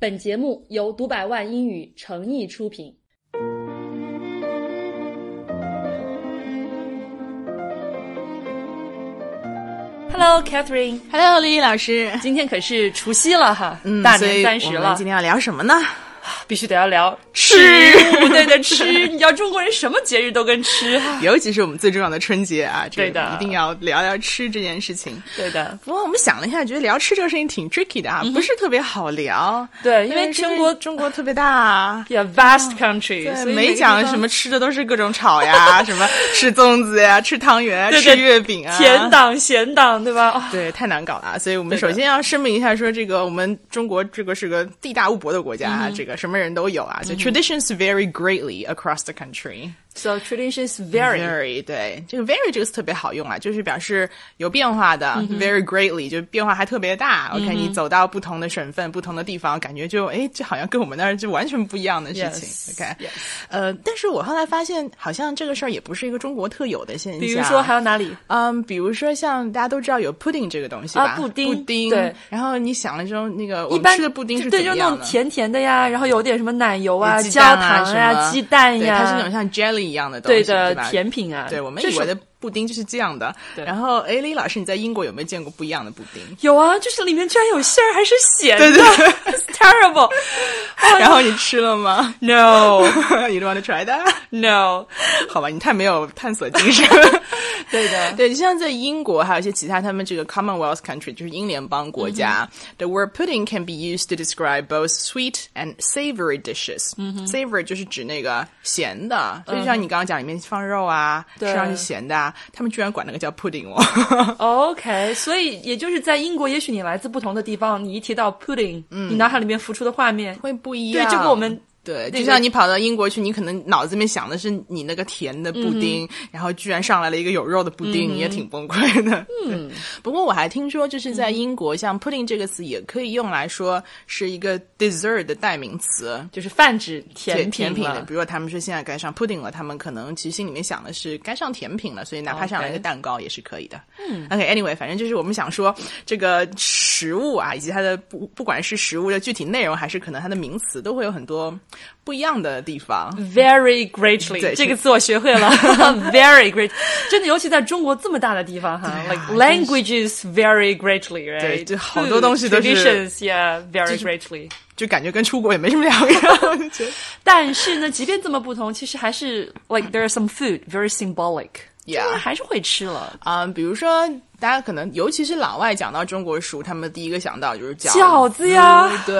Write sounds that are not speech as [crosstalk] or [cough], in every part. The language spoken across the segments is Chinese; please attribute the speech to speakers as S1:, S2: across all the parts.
S1: 本节目由读百万英语诚意出品。Hello, Catherine，
S2: Hello，丽丽老师，
S1: 今天可是除夕了哈，
S2: 嗯，
S1: 大
S2: 所以
S1: 年三十
S2: 我们
S1: 了
S2: 今，天要聊什么
S1: [laughs]
S2: 呢？
S1: 必须得要聊
S2: 吃
S1: 物，对
S2: [laughs]
S1: 的吃。你知道中国人什么节日都跟吃，啊
S2: 尤其是我们最重要的春节啊，这
S1: 对的
S2: 个一定要聊聊吃这件事情。
S1: 对的，
S2: 不过我们想了一下，觉得聊吃这个事情挺 tricky 的啊，不是特别好聊。
S1: 对，嗯因为
S2: 但是
S1: 中国
S2: 中国特别大啊，
S1: 也 vast country，所以每
S2: 呃没
S1: 个地
S2: 讲
S1: 方
S2: 什么吃的都是各种
S1: [laughs]
S2: 炒呀，什么吃粽子呀，吃汤圆啊，
S1: 对对
S2: 吃月饼啊，
S1: 甜党咸党，对吧？啊
S2: 对，太难搞了啊！所以我们
S1: 对的
S2: 首先要声明一下，说这个我们中国这个是个地大物博的国家
S1: 嗯
S2: 啊，这个什么人都有啊。所以 traditions vary greatly across the country。
S1: So traditions vary.
S2: Very 对，这个 very 这个词特别好用啊，就是表示有变化的、very
S1: 嗯
S2: greatly 就变化还特别大。OK，、你走到不同的省份、不同的地方，感觉就哎，这好像跟我们那儿就完全不一样的事情。
S1: Yes,
S2: OK，
S1: yes.
S2: 呃，但是我后来发现，好像这个事儿也不是一个中国特有的现象。
S1: 比如说还有哪里？
S2: 嗯，比如说像大家都知道有 pudding 这个东西吧，
S1: 啊布丁
S2: 布丁。
S1: 对，
S2: 然后你想了之后，那个我
S1: 一
S2: 们
S1: 般
S2: 吃的布丁是怎
S1: 对，
S2: 么
S1: 就
S2: 样
S1: 那种
S2: 的
S1: 甜甜的呀，然后有点什么奶油啊、
S2: 有鸡
S1: 焦
S2: 蛋啊
S1: 糖
S2: 什
S1: 呀、
S2: 么
S1: 鸡蛋
S2: 对，
S1: 呀，
S2: 它是那种像 jelly 一样的东
S1: 对
S2: 西，
S1: 的
S2: 对吧？
S1: 甜品啊。
S2: 对，我们
S1: 这
S2: 以为
S1: 是
S2: 的布丁就是这样的。
S1: 对
S2: 然后，哎，李老师，你在英国有没有见过不一样的布 [laughs] 丁？
S1: 有啊，就是里面居然有馅儿，还是咸的
S2: 对
S1: [laughs]
S2: 对。
S1: ，It's
S2: [laughs]
S1: terrible。
S2: 然后你吃了吗
S1: No
S2: ？You don't want to try that？ [laughs]
S1: No，
S2: 好吧，你太没有探索精神。
S1: 对的，
S2: [laughs] [laughs] 对，像在英国还有一些其他他们这个 Commonwealth country，就是英联邦国家、t h e word pudding can be used to describe both sweet and savory dishes、Savory 就是指那个咸的，所以就像你刚刚讲，里面放肉啊，
S1: 对
S2: 吃上是咸的啊，他们居然管那个叫 pudding 哦。
S1: OK，所以也就是在英国，也许你来自不同的地方，你一提到 pudding，你
S2: 嗯
S1: 脑海里面浮出的画面
S2: 会不一
S1: 对
S2: 样，
S1: 就跟我们
S2: 对，
S1: 那
S2: 就
S1: 个
S2: 像你跑到英国去，你可能脑子里面想的是你那个甜的布丁，
S1: 嗯
S2: 然后居然上来了一个有肉的布丁，你也挺崩溃的。嗯，不过我还听说，就是
S1: 嗯
S2: 在英国，像 pudding 这个词也可以用来说是一个 dessert 的代名词。
S1: 就是泛指
S2: 对
S1: 甜
S2: 甜
S1: 品
S2: 品
S1: 了
S2: 的，比如说他们说现在该上 pudding 了，他们可能其实心里面想的是该上甜品了，所以哪怕上来一
S1: OK
S2: 个蛋糕也是可以的。嗯，OK，anyway，、反正就是我们想说这个食物啊，以及它的不不管是食物的具体内容，还是可能它的名词，都会有很多不一样的地方。
S1: 嗯 Very greatly，
S2: 对
S1: 这个词我学会
S2: [laughs]
S1: 了。very great，真的，尤其在中国这么大的地方哈、l i k e languages very greatly，right？
S2: 啊对就好多东西都是
S1: traditions，yeah，very greatly。
S2: 就感觉跟出国也没什么两样。就
S1: 但是呢，即便这么不同，其实还是 like there are some food very symbolic，
S2: Yeah
S1: 中国人还是会吃了。
S2: 啊、比如说大家可能，尤其是老外讲到中国食物，他们第一个想到就是饺
S1: 饺子呀，
S2: 对，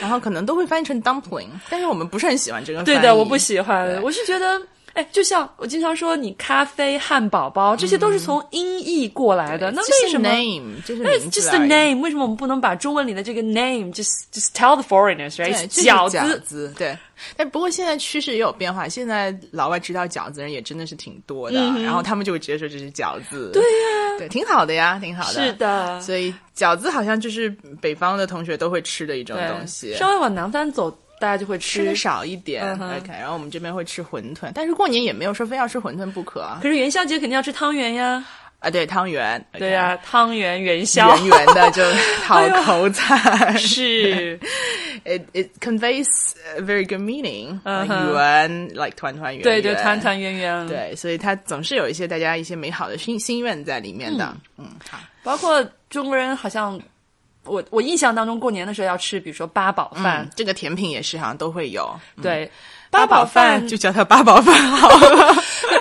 S2: 然后可能都会翻译成 dumpling，但是我们不是很喜欢这个翻译。
S1: 对的，我不喜
S2: 对
S1: 欢，我是觉得。哎，就像我经常说，你咖啡、汉堡包
S2: 嗯
S1: 这些都是从音译过来的，那为什么？
S2: name [laughs] 就是
S1: It's
S2: 名字
S1: just
S2: 而
S1: a
S2: 已
S1: name，为什么我们不能把中文里的这个 name just just tell the foreigners
S2: 对
S1: right？
S2: 就是
S1: 饺
S2: 子
S1: 子，
S2: 对。但不过现在趋势也有变化，现在老外知道饺子人也真的是挺多
S1: 嗯
S2: 的，然后他们就会直接说这是饺子。对呀、对，挺好的呀，挺好的。
S1: 是的
S2: 所以饺子好像就是北方的同学都会吃的一种
S1: 对
S2: 东西。
S1: 稍微往南方走，大家就会
S2: 吃
S1: 吃
S2: 的。少一点、
S1: 嗯哼
S2: o k 然后我们这边会吃馄饨，但是过年也没有说非要吃馄饨不可啊。
S1: 可是元宵节肯定要吃汤圆呀，
S2: 啊，对，汤圆，
S1: 对呀、汤圆元
S2: OK
S1: 宵
S2: 圆圆的
S1: [laughs]
S2: 就讨口彩。
S1: 哎是
S2: [laughs] it it conveys a very good meaning，
S1: 嗯哼
S2: 圆、like 团团圆圆，
S1: 对对团团圆圆，，
S2: 对，所以它总是有一些大家一些美好的心心愿在里面的。嗯，好，
S1: 包括中国人好像。我我印象当中，过年的时候要吃，比如说八宝饭，
S2: 嗯，这个甜品也是好像都会有。
S1: 对，
S2: 八
S1: 嗯宝
S2: 饭就叫它八宝饭好
S1: [laughs]
S2: 了。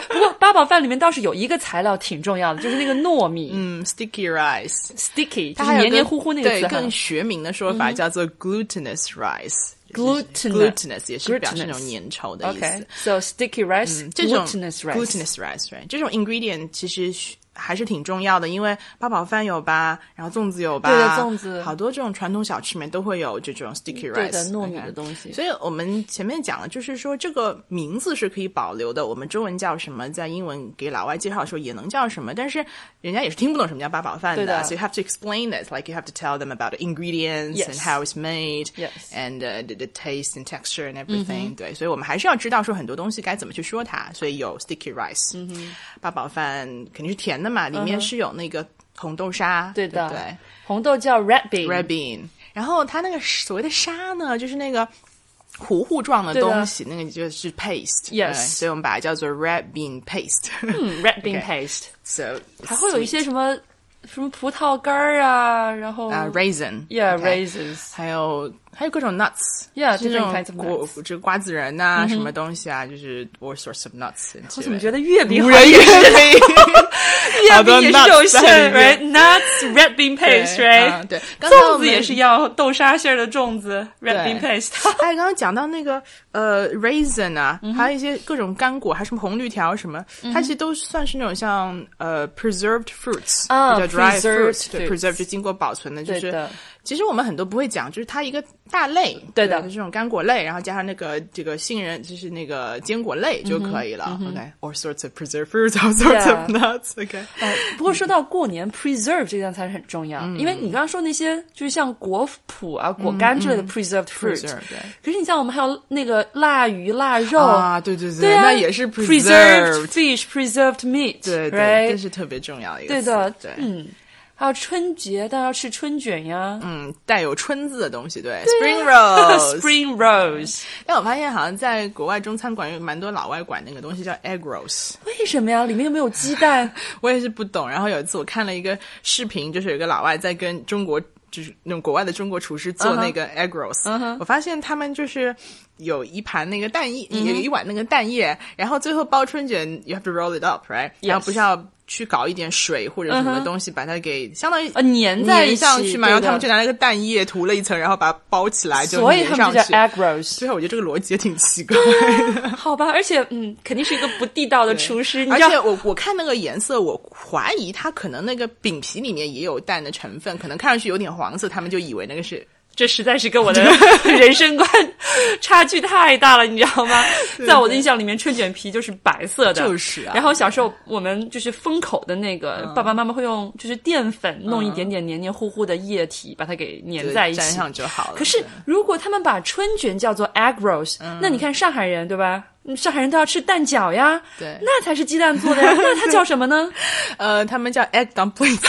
S1: 不过八宝饭里面倒是有一个材料挺重要的，就是那个糯米、
S2: 嗯，sticky rice，
S1: sticky，就
S2: 它
S1: 是
S2: 还有
S1: 黏黏
S2: 更
S1: 糊糊那个
S2: 对
S1: 词哈嗯
S2: 更学名的说法叫做 glutinous rice。
S1: Glutinous
S2: glutinous 也是表示
S1: Glutinous
S2: 那种粘稠的意思。
S1: OK，so sticky rice，
S2: 嗯这种
S1: glutinous rice。
S2: glutinous rice right 这种 ingredient 其实需还是挺重要的，因为八宝饭有吧，然后粽子有吧，
S1: 对的粽子
S2: 好多这种传统小吃里面都会有这种 sticky rice
S1: 对的糯米
S2: OK
S1: 的东西
S2: 所以我们前面讲了，就是说这个名字是可以保留的，我们中文叫什么，在英文给老外介绍的时候也能叫什么，但是人家也是听不懂什么叫八宝饭
S1: 对的
S2: 所以 you have to explain it like you have to tell them about the ingredients
S1: Yes
S2: and how it's made
S1: Yes Mm-hmm.
S2: and uh, the, the taste and texture and everything、对，所以我们还是要知道说很多东西该怎么去说它。所以有 sticky rice，、八
S1: Mm-hmm.
S2: 宝饭肯定是甜的嘛，里面是有那个红豆沙，
S1: 嗯对的，
S2: 对
S1: 红豆叫 red bean，嗯
S2: 不对，red bean。然后它那个所谓的沙呢，就是那个糊糊状的
S1: 对的
S2: 东西，那个就是 paste。
S1: Yes
S2: 对所以我们把它叫做 red bean paste。
S1: 嗯，red bean
S2: OK
S1: paste，
S2: so
S1: 还会有一些什么什么葡萄干儿啊，然后
S2: 啊 raisin。OK
S1: yeah，raisins，
S2: 还有还有各种 nuts。
S1: Yeah，
S2: 就是这
S1: different kinds
S2: 种
S1: of 嗯
S2: 果，这个瓜子仁呐、什么东西啊，就是 all sorts of nuts。
S1: 我怎么觉得月饼
S2: 无
S1: 好像
S2: 人乐
S1: [laughs]
S2: 理？
S1: 月
S2: 好多
S1: 饼也是有
S2: nuts
S1: 馅
S2: 在里面
S1: ，right？Nuts red bean paste，right？
S2: 嗯对刚才
S1: 粽
S2: 我
S1: 子
S2: 们
S1: 也是要豆沙馅儿的粽子，red
S2: 对
S1: bean paste。
S2: [laughs] 哎，刚刚讲到那个呃，raisin 啊，
S1: 嗯
S2: 还有一些各种干果，还有什么红绿条什么，它其实都算是那种像呃 preserved fruits，
S1: 啊
S2: 比较 dry
S1: ，preserved
S2: fruits，对
S1: fruits
S2: preserved 就经过保存的，就
S1: 对
S2: 是
S1: 的
S2: 其实我们很多不会讲，就是它一个大类，
S1: 对的
S2: 就是这种干果类，然后加上那个这个杏仁，就是那个坚果类
S1: 嗯
S2: 就可以了。OK，all sorts of preserved fruits，all sorts of
S1: Yeah
S2: nuts。OK，
S1: 哦不过说到过年，preserve 这道菜是很重要，
S2: 嗯
S1: 因为你刚刚说那些就是像果脯啊、果干之类的 preserved fruit，
S2: 嗯 preserved，对
S1: 可是你像我们还有那个腊鱼、腊肉，
S2: 啊，对对
S1: 哦对啊，
S2: 那也是
S1: preserved
S2: preserved，
S1: fish、preserved meat，
S2: 对对，这
S1: right？
S2: 是特别重要的一个
S1: 对
S2: 词，
S1: 的，
S2: 对，
S1: 嗯，还有春节，大家要吃春卷呀
S2: 嗯，带有春字的东西，对 s p r i n g
S1: [laughs]
S2: rolls。
S1: ，spring rolls，
S2: 但我发现好像在国外中餐馆有蛮多老外管那个东西叫 egg rolls，
S1: 为什么呀？里面又没有鸡蛋，
S2: 我也是不懂。然后有一次我看了一个视频，就是有一个老外在跟中国。就是那种国外的中国厨师
S1: 嗯
S2: 做那个 egg rolls，、我发现他们就是有一盘那个蛋液，
S1: 嗯
S2: 有一碗那个蛋液，然后最后包春卷，you have to roll it up，right？、然后不是要去搞一点水或者什么东西把它给相当于
S1: 嗯呃，粘在一起
S2: 粘上去嘛，
S1: 对
S2: 然
S1: 的
S2: 后他们就拿那个蛋液涂了一层，然后把它包起 [laughs] 来就
S1: 所以
S2: 粘
S1: 他
S2: 上
S1: 们
S2: 去。
S1: 就叫 egg rolls，
S2: 所以我觉得这个逻辑也挺奇怪的。
S1: [laughs] 好吧？而且，嗯，肯定是一个不地道的厨师，你
S2: 而
S1: 知道
S2: 且我我看那个颜色，我怀疑它可能那个饼皮里面也有蛋的成分，可能看上去有点黄色，他们就以为那个是。
S1: 这实在是跟我的 [laughs] 人生
S2: [laughs]
S1: 观差距太大了，你知道吗？在我的印象里面，春卷皮就是白色的，
S2: 就是啊嗯
S1: 然后小时候我们就是封口的那个，爸爸妈妈会用就是淀粉弄一点点黏黏糊糊的液体，把它给粘在一
S2: 粘
S1: 起。
S2: 上就好了。
S1: 可是如果他们把春卷叫做 egg rolls，、那你
S2: 嗯
S1: 看上海人对吧？嗯上海人都要吃蛋饺呀，
S2: 对
S1: 那才是鸡蛋做的呀，那它叫什么
S2: [laughs]
S1: 呢？
S2: 呃，他们叫 egg
S1: [laughs]
S2: dumplings，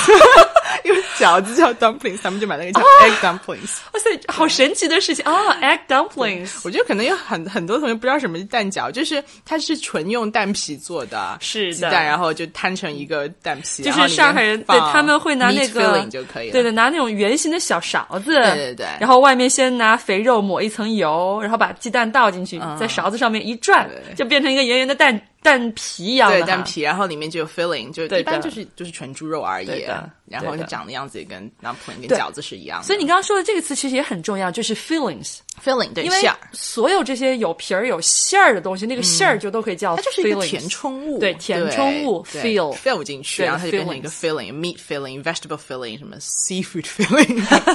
S2: 因为饺子叫 dumplings，他们就把那个
S1: 哦
S2: 叫 egg dumplings。
S1: 哇塞，好神奇的事情啊、e g g dumplings。
S2: 我觉得可能有很很多同学不知道什么是蛋饺，就是它是纯用蛋皮做的，
S1: 是的
S2: 鸡蛋，然后就摊成一个蛋皮，
S1: 就
S2: 然后
S1: 是
S2: 里面
S1: 上海人对
S2: 放
S1: 他们会拿那
S2: meat
S1: 个
S2: filling 就可以了，
S1: 对的，拿那种圆形的小勺子，
S2: 对对对
S1: 然后外面先拿肥肉抹一层油，然后把鸡蛋倒进去，在勺子上面一转，
S2: 嗯对
S1: 就变成一个圆圆的蛋蛋皮一样的
S2: 对
S1: 哈
S2: 蛋。皮，然后里面就有 filling，就
S1: 对
S2: 一般
S1: 的
S2: 就是就是纯猪肉而
S1: 对
S2: 已
S1: 的，
S2: 然后
S1: 对
S2: 它
S1: 的
S2: 长的样子也跟 dumpling 跟
S1: 对
S2: 饺子是一样的，
S1: 所以你刚刚说的这个词其实也很重要，就是 feelings，
S2: filling 对
S1: 因为
S2: 哎馅儿，嗯
S1: 所有这些有皮儿、有馅儿的东西，那个馅儿就都可以叫 feelings，
S2: 它就是一个填充物，
S1: 对填充物
S2: 对
S1: fill
S2: fill 进去，
S1: 对
S2: 然后它就变成一个
S1: fillings
S2: filling，meat filling，vegetable filling，什么 seafood filling，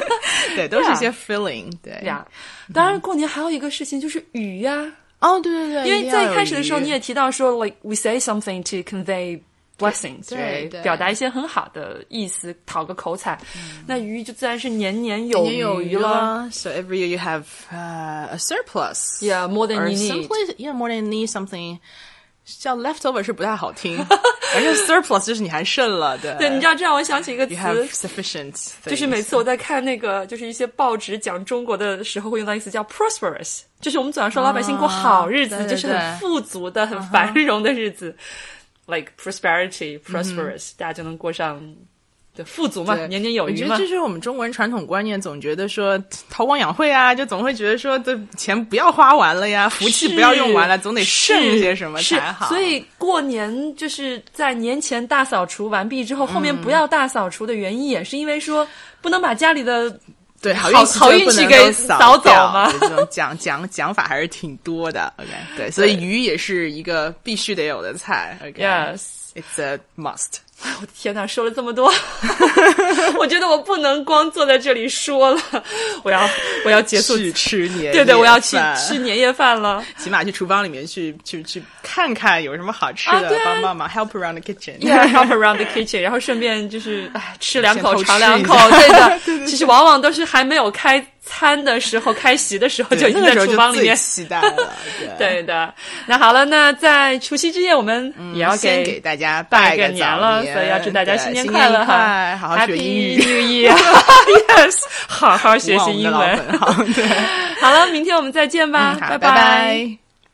S2: 对， [laughs] 都是一些 filling，对，
S1: 呀。当然，过年还有一个事情就是鱼呀、
S2: 哦，对对对，
S1: 因
S2: 一
S1: 为
S2: 定
S1: 在
S2: 要有
S1: 一开始的时候
S2: 鱼
S1: 你也提到说，like we say something to convey blessings，
S2: 对
S1: right？
S2: 对
S1: 表达一些很好的意思，讨个口彩。那鱼就自然是年年
S2: 嗯年
S1: 有
S2: 年有余
S1: 了。
S2: 了，so every year you have uh, a surplus。
S1: Yeah, more than
S2: or
S1: you need.
S2: simply yeah more than you need something 叫 leftover 是不太好听， [laughs] 而且 surplus 就是你还剩了的。
S1: 对，你知道这让我想起一个
S2: you have
S1: 词。
S2: sufficient，things
S1: 就是每次我在看那个，就是一些报纸讲中国的时候，会用到一个词叫 prosperous，就是我们总要说老百姓过好日子，
S2: 对对嗯
S1: 就是
S2: 对
S1: 很富足的、很繁荣的日子，like prosperity, prosperous，、大家就能过上对富足嘛，
S2: 嗯对
S1: 年年有余
S2: 我觉
S1: 嘛
S2: 得。这是我们中国人传统观念，总觉得说韬光养晦啊，就总会觉得说这钱不要花完了呀，福气不要用完了，
S1: 是
S2: 总得剩些什么
S1: 是
S2: 才好。
S1: 所以过年就是在年前大扫除完毕之后，后
S2: 嗯
S1: 面不要大扫除的原因也是因为说不能把家里的
S2: 对好
S1: 好
S2: 运气
S1: 好
S2: 真的
S1: 运
S2: 不
S1: 气
S2: 能
S1: 给
S2: 都
S1: 扫
S2: 扫
S1: 走
S2: 掉
S1: 吗
S2: 对这种讲讲讲法还是挺
S1: [laughs]
S2: 多的。OK，对，所以鱼也是一个必须得有的菜。OK，it's、
S1: yes，
S2: a must。
S1: 我的天哪，说了这么多， [laughs] 我觉得我不能光坐在这里说了，我要我要结束。
S2: 去吃年夜 [laughs]
S1: 对对，我要去
S2: 饭
S1: 吃年夜饭了。
S2: 起码去厨房里面去去去看看有什么好吃
S1: 啊
S2: 的，
S1: 对啊
S2: 帮帮忙，help around the kitchen。
S1: hop around the kitchen，然后顺便就是哎吃两口
S2: 先偷
S1: 尝两口，
S2: 吃一下
S1: 对
S2: [laughs]
S1: 的。其实往往都是还没有开餐的时候，开席的时候就
S2: [laughs] 对
S1: 已经
S2: 那个
S1: 在
S2: 时候
S1: 厨房
S2: 就
S1: 里
S2: 最
S1: 面。
S2: 期待了，
S1: [laughs] 对的，那好了，那在除夕之夜，我们也要
S2: 嗯先
S1: 给
S2: 给大家
S1: 拜
S2: 个
S1: 个
S2: 早
S1: 年了，所以要祝大家
S2: 对
S1: 新
S2: 新年
S1: 快乐哈
S2: 快好好学英语 [laughs]
S1: Happy [laughs] New Year，yes，好好学
S2: 哇
S1: 习
S2: 我们
S1: 英
S2: 的老 [laughs]
S1: 文。 [laughs]
S2: 本行，对，
S1: 好了，明天我们再见吧，
S2: 嗯好
S1: 拜
S2: 拜。